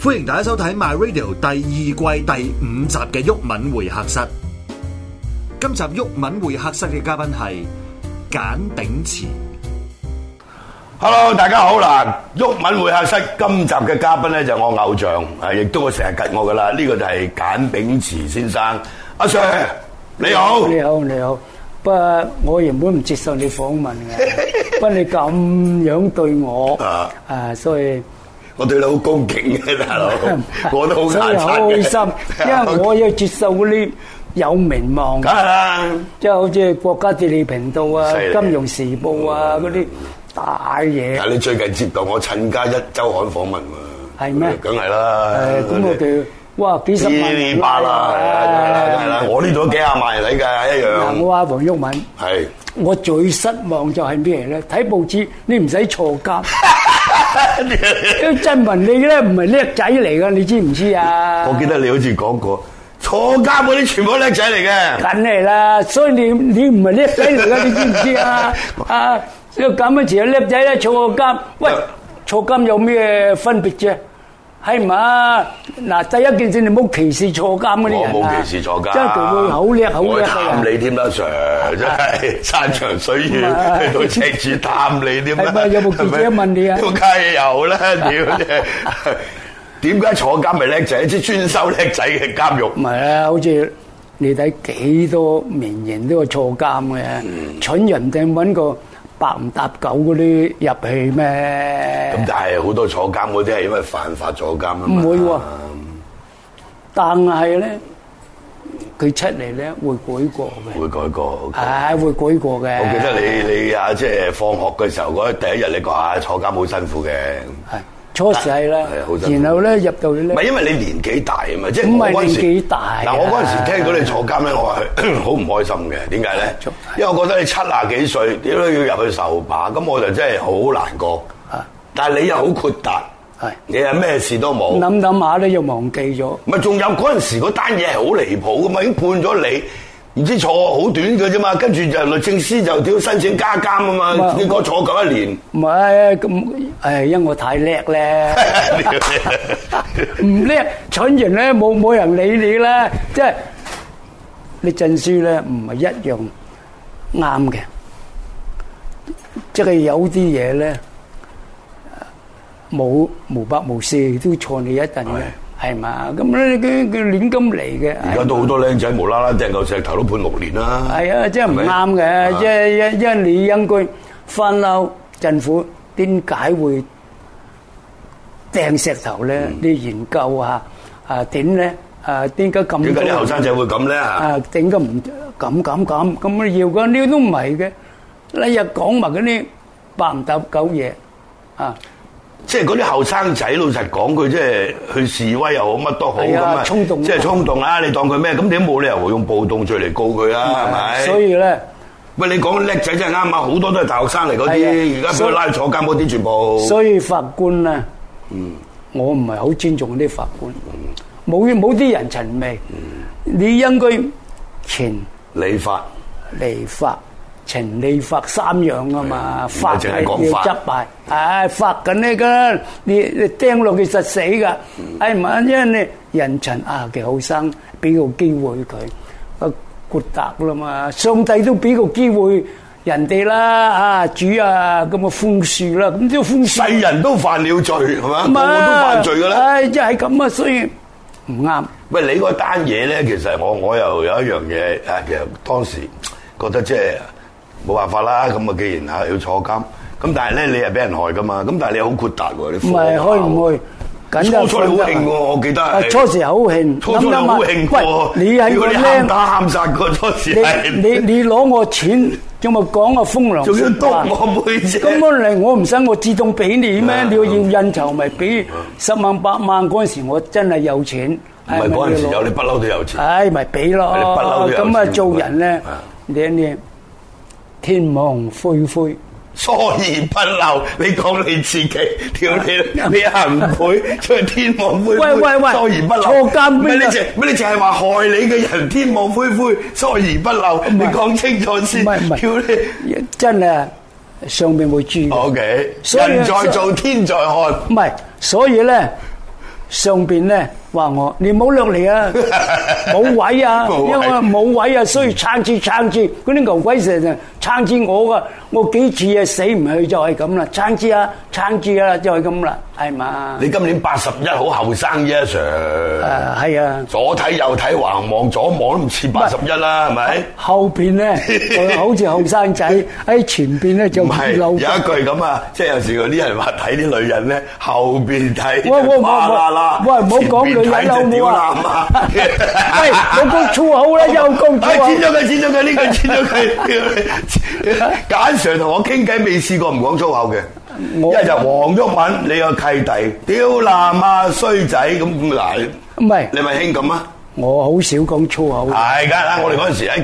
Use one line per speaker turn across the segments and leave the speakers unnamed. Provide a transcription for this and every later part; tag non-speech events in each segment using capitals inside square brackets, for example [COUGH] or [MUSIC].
歡迎大家收睇 My Radio 第二季第五集嘅毓民會客室。今集毓民會客室嘅嘉賓係簡鼎慈。
Hello，大家好嗱，毓民會客室今集嘅嘉賓咧就係我偶像，啊，亦都我成日吉我噶啦，呢、個就係簡炳池先生，阿 Sir 你好，
你好，你好。不過我原本唔接受你訪問嘅，不過你咁樣對我
啊，
啊，所以，
我對你好恭敬嘅大佬
[LAUGHS]
我都好
所以
眼
好開心，
[LAUGHS]
因為我要接受嗰啲有名望
梗
嘅，
係啦，
即係好似國家地理頻道啊、
犀利
金融時報啊嗰啲大嘢。
但係你最近接受我陳家一周刊訪問喎，
係咩
梗係啦，
誒，咁我哋哇幾十萬
呢
人
巴啦，係啦，梗係啦，梗係啦
啊，
我呢度都幾廿萬人睇㗎，一
嗱，
樣
我話黃毓敏。
係。
我最失望就係咩咧？睇報紙你唔使坐
[LAUGHS]
監，啲振文你咧唔係叻仔嚟噶，你知唔知啊？
我記得你好似講過，坐監嗰啲全部都叻仔嚟嘅。
梗係啦，所以你你唔係叻仔
[LAUGHS]
嚟噶，你知唔知啊？啊，呢個咁嘅時候叻仔咧坐個監，喂，坐監有咩分別啫？係嘛？嗱，第一件事你冇歧視坐監嗰啲
我
人啊
冇歧視坐監，
真係佢會好叻啊好
我
叻嘅
貪
人。
你添啦，Sir，真係山長水
唔
遠
係
去到赤柱貪你添啦。
啊哎係咪有冇記者
係咪
問你啊
我梗係有
[LAUGHS]
啦，屌真係點解坐監咪叻仔？即係專收叻仔嘅監獄
唔。係啊，好似你睇幾多名人都有坐監嘅，蠢人定揾個白唔搭九嗰啲入去
咁
咩？
但係好多坐監嗰啲係因為犯法坐監啊嘛。
唔會喎但係咧，佢出嚟咧會改過嘅，
會改過。
係、會改過嘅。
我記得你你啊，即係放學嘅時候嗰第一日，你講啊坐監好辛苦嘅。
係初時係啦
係好，辛苦
然後咧入到去
唔係
咧，
因為你年紀大啊嘛，即係
唔
我
係
嗰陣時
年紀大啊
嗱，我嗰陣時聽到你坐監咧，我係好唔開心嘅。點解咧
坐？
因為我覺得你七啊幾歲，點解要入去受把？咁我就真係好難過
啊。
但係你又好豁達
係，
你又咩事都冇。
諗諗下咧又忘記咗。
咪仲有嗰陣時嗰單嘢係好離譜噶嘛，已經判咗你，唔知坐好短嘅啫嘛，跟住就律政司就屌申請加監啊嘛，
唔係
結果坐夠一
[LAUGHS]
年。
唔係咁誒，因為我太叻
[LAUGHS]
[LAUGHS] 咧。唔叻蠢人咧，冇冇人理你啦。即係你證書咧，唔係一樣啱嘅，即係有啲嘢咧冇無白無私都錯你一陣嘅，係嘛？咁咧佢佢亂咁嚟嘅，
而家都好多僆仔無啦啦掟嚿石頭都判六年啦。
係啊，即係唔
咪
啱
啊
嘅，即係因因你應該翻嬲政府點解會掟石頭咧？你研究下啊點咧？啊點解咁
點解
多
啲
人
後生仔會咁咧？
啊點解唔咁咁咁咁你要嘅？呢都唔係嘅，你日講埋嗰啲白唔搭狗嘢啊！
即係嗰啲後生仔，老實講，佢即係去示威又好，乜都好
係
咁
啊
啊，
衝動
即係衝動啦！你當佢咩？咁你都冇理由用暴動罪嚟告佢啊啦，係咪？
啊所以咧。
喂，你講叻仔真係啱啊！好多都係大學生嚟嗰
係
啲，
啊
而家俾
所
佢
以
拉去坐監嗰啲全部。
所以法官咧，我唔係好尊重啲法官，冇冇啲人情味。你應該情
理法
理法、情理法三樣啊嘛，
係
法
唔係淨係
係
講
要
法
執埋，唉，法緊呢噶，你你釘落去實死噶，唉唔係，因為你人情啊嘅後生，俾個機會佢，個豁達啦嘛，上帝都俾個機會人哋啦，啊主啊咁啊寬恕啦，咁都寬恕。
世人都犯了罪，係嘛？個
咁
個
啊
都犯罪㗎啦。
唉，即係咁啊，所以唔啱。
喂，你嗰單嘢咧，其實我我又有一樣嘢啊，其實當時覺得即係冇辦法啦。咁啊，既然啊要坐監，咁但係咧你係俾人害噶嘛。咁但係你好豁達喎，你
唔係開唔去，緊
初
就
初你好興喎，我記得
啊
係。
初時好興，
初初你好興喎
諗，喂，你係
屌
個
你喊
僆，
打喊殺個初時係
你你你攞我錢，仲咪講我風涼
仲要
説
督
話
我妹啫。
咁我嚟我唔使我自動俾你咩？
嗯
你要要印酬咪俾十萬八萬嗰陣時，我真係有錢。
唔係嗰陣時有，你
係咪要攞
不嬲都有錢。
唉，咪俾咯
你不嬲都。有
咁啊，
錢
做人咧
啊，
你你天網恢恢。
疏而不漏，你講你自己，屌你，你行會，出去天網恢恢，
啊喂喂喂
疏而不漏，
坐監邊啊
咩？你
有
淨咩？你淨係話害你嘅人天網恢恢，疏而不漏，你講清楚先，
唔係唔係
屌你
真係上
Ờ.
面會注意。
，OK，
所以
人在做天在看，
唔係，所以咧，上邊咧話我：你唔好落嚟啊，冇位啊，
冇位
因為冇位啊，所以撐住撐住，嗰啲牛鬼蛇神撐住我噶，我幾次啊死唔去就係咁啦，撐住啊撐住啊就係咁啦，係嘛？
你今年八十一好後生啫，Sir。
誒係啊。
左睇右睇橫望左望都唔似八十一啦，係咪？
後邊咧就好似後生仔，喺前邊咧就
唔係
老
有一句咁啊，即係有時嗰啲人話睇啲女人咧，後邊睇
喂喂唔好
哇啦啦，
喂唔好講女人啦
前邊睇
好
就
唔
屌
好
啦
啊
嘛！
[LAUGHS] 喂，我講粗口啦，又講
[LAUGHS]
粗
哎
口
剪。咗佢，剪咗佢，呢
[LAUGHS]
個剪咗佢。簡 Sir 同我傾偈未試過唔講粗口嘅，
我
一就黃毓民，你個契弟，屌男啊衰仔咁咁嗱，
唔係
你咪興咁啊！
我好少講粗口。
係梗係啦，我哋嗰陣時喺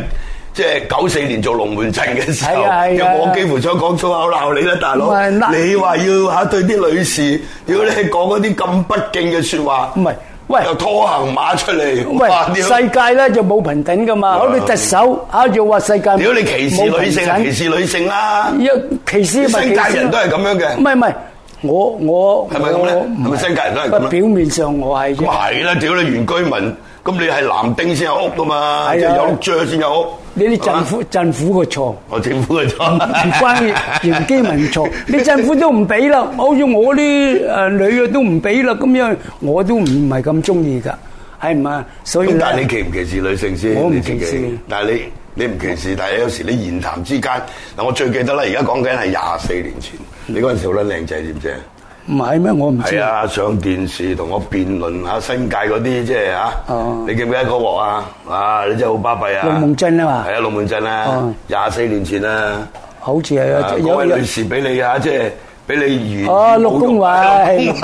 即係九四年做龍門陣嘅時候，
係啊係啊
我幾乎想講粗口鬧你啦，大佬
唔係。嗱
你話要嚇對啲女士，屌你講嗰啲咁不敬嘅説話，
唔係喂
又拖行馬出嚟，
喂
哇，屌
世界咧就冇平等噶嘛，好似特首啊就話世界
屌你歧視
冇
女
平
性啊，
等
歧視女性啦，
一歧視咪歧視咯
新界人都係咁樣嘅
唔係唔係，我我
係咪咁咧
我唔係
係咪新界人都係咁咧
表面上我係
咁
啫，
係啦，屌你原居民，咁你係男丁先有屋噶嘛，
係啊
即係有碌雀先有屋。
呢啲
係
政
嘛
府政府嘅錯。
我政府嘅錯，
唔關原基民錯，
[LAUGHS]
你政府都唔俾啦，好似我啲誒女啊都唔俾啦，咁樣我都唔係咁中意噶，係唔啊？所以
咁
呢
但係你歧唔歧視女性先？
我唔
你自己
歧視
但係你你唔歧視，但係有時你言談之間，嗱我最記得啦，而家講緊係廿四年前，你嗰陣時好撚靚仔，知唔知啊？
唔係咩？我唔嗯知
係。啊，上電視同我辯論下新界嗰啲即係啊
哦，
你記唔記得嗰鑊啊？啊，你真係好巴閉啊！
龍門陣啊嘛
係啊，龍門陣啊
哦，
廿四年前啊，
好似呃係
啊
有
嗰位
有
女士俾你啊，即係。俾你完
哦陸公偉
陸公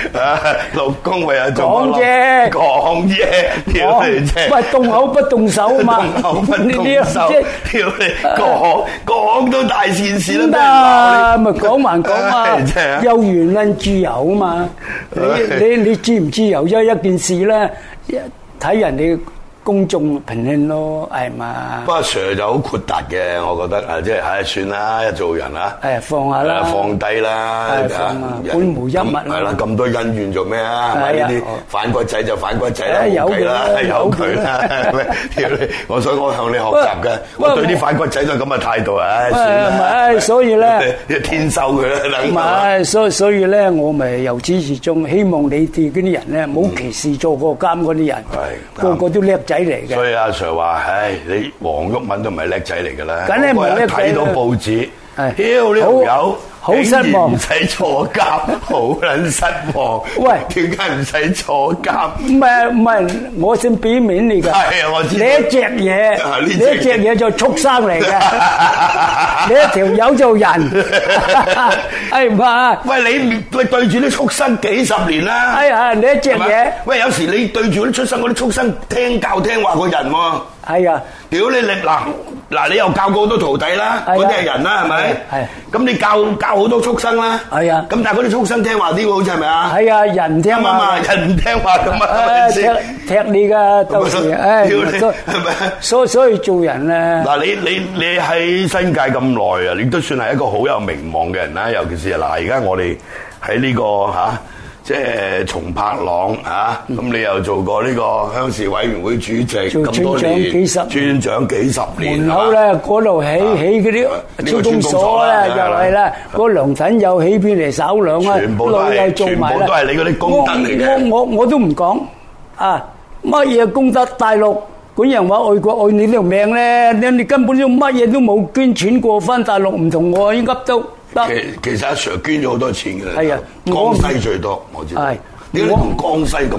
偉啊陸公偉啊，做
講啫
講啫，屌你啫，
喂，
[LAUGHS]
動口不動手嘛，
動口不動手
呢啲，
屌你講講都大善事啦，
咁
俾人鬧
啊，
你
咪講還講
唉真係
啊
啊，
有言論自由啊嘛。你
唉
你你自唔自由啫？一件事咧，一睇人哋公眾評論咯，係嘛
不？過 Sir 就好豁達嘅，我覺得啊，即係唉算啦，一做人啊，
誒放下啦
誒放低啦，
係放下
啊
本無一物啦
咁係啦，咁多恩怨做咩啊？係
係
咪呢
啊
啲
哦
反骨仔就反骨仔啦，
誒有
冇計啦
嘅，
有
有
佢啦，係咪屌你！我所以我向你學習嘅，
喂
我對
喂
啲反骨仔都係咁嘅態度，唉，
喂
算
唔
啦，
係所以咧，
[LAUGHS] 天收佢啦，等啊
唔
係嘛
係，所以所以咧，我咪由始至終希望你哋嗰啲人咧，冇歧視做過監嗰啲人，
係
個個都叻仔嚟嘅。
所以阿 Sir 話：，唉，你黃毓民都唔係叻仔嚟㗎啦，
梗係唔係叻仔啦
我一睇到報紙，
係
屌呢條友，
好好失望
竟然唔使坐監，好撚失望。
喂
點解唔使坐
[LAUGHS]
監？
唔係唔係，我先俾面你㗎。
係
[LAUGHS]
啊我知
你一隻嘢，
啊呢
你
隻嘢
一隻嘢就畜生
[LAUGHS]
嚟嘅，你一條友就人，哎係嘛？
喂，你唔喂對住啲畜生幾十年啦，
係啊，你一隻
係咪
嘢，
喂，有時你對住嗰啲畜生，嗰啲畜生聽教聽話個人喎。
係啊，
屌你你嗱嗱，你又教過好多徒弟啦，
係啊
嗰啲係人啦，係咪？
係係
咁你教教好多畜生啦，
係啊
咁但係嗰啲畜生聽話啲喎，好似係咪啊？
係啊，人唔聽
啱唔啱啊？
話。
人唔聽話
[LAUGHS]
咁啊，係
唉
咪 [LAUGHS]
踢
先？
踢你㗎，到時
[LAUGHS] 咁啊
唉，
屌你
所
係咪
所所以做人咧。
嗱，你你你喺新界咁耐啊，你都算係一個好有名望嘅人啦。尤其是啊嗱，而家我哋喺呢個嚇、即係松柏朗嚇，咁、
嗯
你又做過呢個鄉事委員會主席
做
咁多
村長
年，
幾十
村長幾十年
門口
係
咧
嘛，
嗰度起起嗰
呢
啲
個
村
村
公
公
所
所
啦，
啦
又
係啦
係啦，嗰糧粉又起邊嚟手兩啊，
全部都
路
係
又做埋啦，
全部都係你嗰啲功德嚟嘅
我我我我都唔講啊，乜嘢功德大陸？本人話愛國愛你條命咧，你你根本都乜嘢都冇捐錢過翻大陸，唔同我已經噏到得。
其其實阿 Sir 捐咗好多錢嘅，
係啊我唔
江西最多，我知道。
係
點解你
我
同江西咁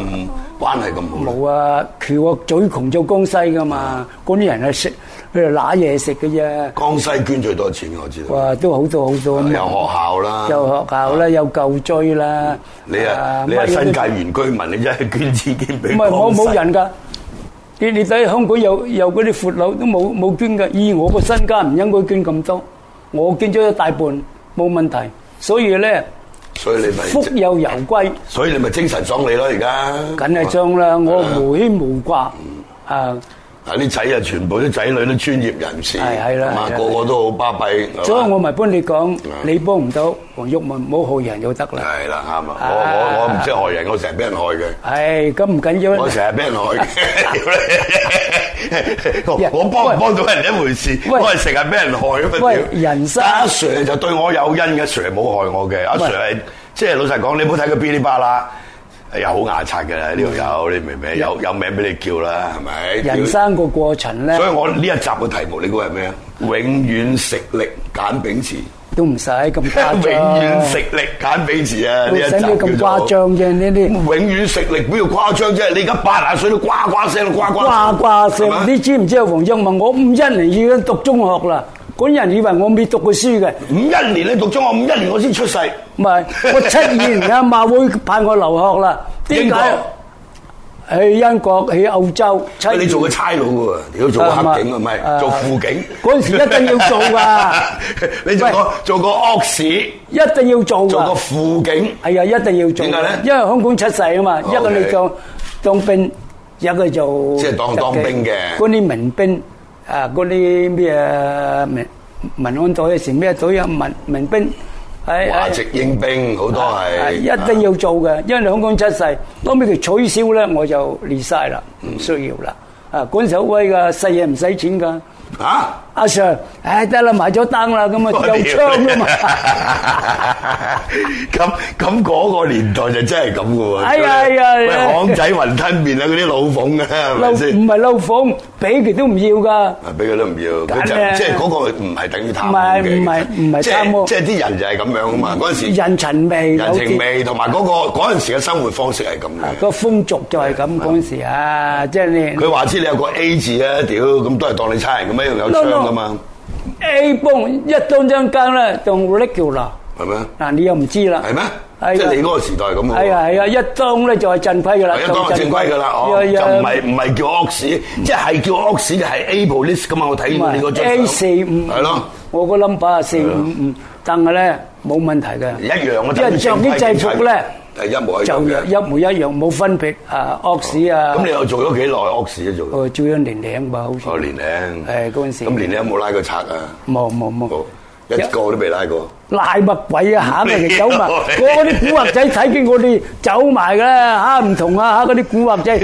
關係咁好咧？
冇啊，僑國最窮就江西噶嘛，嗰啲人係食佢哋揦嘢食嘅啫，
江西捐最多錢嘅，我知道。
哇都好多好多
有
咁
學
啊。
校啦，
有學校啦，有舊追啦。
你啊，你
乜
係
嘢都
新界原居民，你真係捐錢捐俾
唔係我冇人
㗎。
㗎。你你睇香港有有嗰啲闊佬都冇冇捐㗎，以我個身家唔應該捐咁多，我捐咗一大半冇問題。所以咧，
所以你
福
咪，
有攸歸，
所 Ờ. 以你咪精神爽利咯，而家。
梗係將啦，我無牽無掛啊！
啊啲仔啊，全部啲仔女都專業人士，
係係啦
係嘛
係啦
個個都好巴閉，係嘛
所以我咪幫你講
啊，
你幫唔到黃毓民，唔好害人就得啦。
係啦啱啊！
啊
我我我唔識害人，我成日俾人害嘅，
係咁唔緊要
我
啦。
成日俾人害嘅，
喂
[LAUGHS] 我我幫唔幫到人一回事，
喂
我係成日俾人害咁啊！
喂
屌
人生
但阿 Sir 就對我有恩嘅，Sir 冇害我嘅，阿
喂
Sir 係即係老實講，你唔好睇佢噼里啪啦。又好牙刷嘅啦，呢度有你明唔明？有有名俾你叫啦，係咪？
嗯人生個過程咧
所以我呢一集嘅題目，你估係咩啊？永遠食力簡炳池，
都唔使咁誇
[LAUGHS]
張，
永遠食力簡炳池啊！呢一
使
集
唔使咁
叫
誇
做
張啫？呢啲
永遠食力邊度誇張啫？你而家八廿歲都呱呱聲，呱呱
呱呱
係嘛
聲，你知唔知啊？黃毓民，我五一年已經讀中學啦，嗰人以為我未讀過書嘅，
五一年你讀中學，五一年我先出世，
唔係我七二年阿馬會派我留學啦，
英
點
國
解？去英國，去澳洲，七二
你做個差佬喎，屌做個黑警啊，唔係
啊
做副警。
嗰陣時一定要做啊㗎
[LAUGHS] 你做個做個惡士，
一定要做
做個
㗎，
副警。
係啊，一定要做
點
㗎。
解咧
因為香港出世啊嘛，一個你
OK
當當兵，一個就
即係當當兵嘅
嗰啲民兵啊，嗰啲咩啊民民安隊啊，成咩隊啊，民民兵係啊
華籍英兵好多係，
一定要做嘅，因為香港出世，後尾佢取消咧，我就離晒啦，唔需要啦。啊，嗰陣時好威㗎，細嘢唔使錢㗎。
[LAUGHS] 嚇。
阿 Sir，唉得啦，埋咗單啦，咁啊有槍啦嘛。
咁咁嗰個年代就真係咁嘅喎。
哎呀哎呀
喂，
哎呀
巷仔雲吞麵啊，嗰啲老鳳啊， [LAUGHS] 係咪
漏唔
先？
係漏房，俾佢都唔要噶。
啊，俾佢都唔要，佢
梗係啦
就即係嗰個唔係等於貪污
唔係
嘅
唔係
其實
唔係
即
貪污
即係啲人就係咁樣啊嘛。嗰陣時
人情味，
人情
有啲啊
味同埋嗰個嗰陣時嘅生活方式係咁嘅。
個風俗就係咁嗰陣時啊，即係你
佢話知你有個 A 字啊，屌咁都係當你差人咁樣，有槍噶嘛，
A 幫一當張間咧，當 regular
係咪？
嗱，你又唔知啦。
係咩
係？啊
即係你嗰個時代咁嘅喎
係啊係啊，一當咧就係正規噶啦，
一當係正規㗎啦，哦，就唔係唔係叫 Ox，即係叫 Ox 就係 A police 㗎嘛，我睇到你嗰張
A 四五
係咯，，
我個 number 係四五五，但係咧冇問題嘅。
一樣我
因為着啲制服咧
係一模一
就
樣
一
嘅。
模一樣，冇分別啊，惡士啊。
咁你又做咗幾耐 Ox 啊？做咗
我做咗年零吧，好似。
哦年零，
係嗰陣時
咁年零有冇拉過賊啊？
冇冇冇
冇，，一個都未拉過。
賴乜鬼啊！嚇，咪就走埋，
你
嗰啲古惑仔睇見我哋走埋㗎啦，嚇唔同啊嚇，嗰啲古惑仔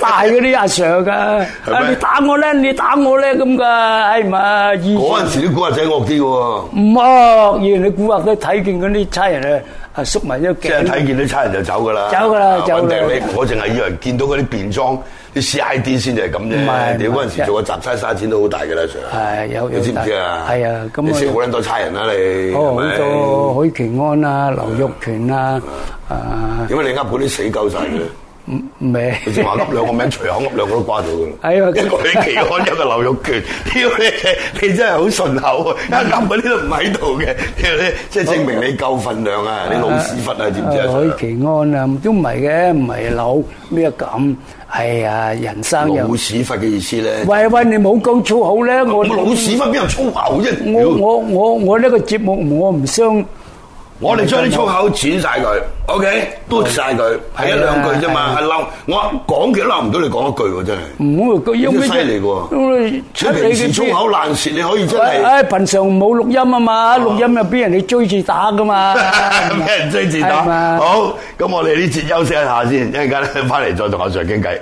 大嗰啲阿 Sir 㗎，
係
啊
咩
你打我咧，你打我咧咁㗎，係咪啊？以
嗰
前
陣時啲古惑仔惡啲嘅喎，
唔惡，以前你古惑仔睇見嗰啲差人啊，啊縮埋咗
即係
頸，
睇見啲差人就走㗎啦。
走㗎啦
啊
走㗎
搵
啦
定你，我淨係以為見到嗰啲便裝啲 CID 先就係咁
唔
啫。
係
屌
唔係
嗰陣時做個集差沙錢都好大㗎啦，Sir。
係有有
你知唔知啊？
係啊，咁
你識好
我
撚多差人啦，啊你
哦
係咪
好多許權安啊、劉玉權啊，啊
點解你噏呃嗰啲死鳩晒嘅咧？
未。
你先話噏兩個名，隨口噏兩個都瓜咗嘅啦。
係啊
[LAUGHS] 一個許其安，一個劉玉權。 [LAUGHS] 屌你，你真係好順
[LAUGHS]
口啊！一噏嗰啲都唔喺度嘅，屌你，即係證明你夠份量啊！你老屎忽啊，知唔知
啊
啊
許其安啊，都唔係嘅，唔係老咩咁，係啊，人生
？Sir？
又
老。屎忽嘅意思咧，
喂喂，你冇講粗口咧，我
咁老屎忽邊有粗口啫？
我
屌
我我我呢個節目我唔想
我哋將啲粗口剪晒佢，OK，嘟晒佢，係一兩句啫嘛，係嬲。我講極都嬲唔到你講一句喎，真係。
唔好佢因為
呢啲犀利喎
因為出
你
嚟
平時
嘅
粗口爛舌，你可以真係。，
唉，平常冇錄音啊嘛，錄音又俾人哋追住打噶嘛
[LAUGHS] [LAUGHS] 俾人追字
係
打。
嘛
好，咁我哋呢節休息一下先，一陣間咧翻嚟再同阿 Sir 傾偈。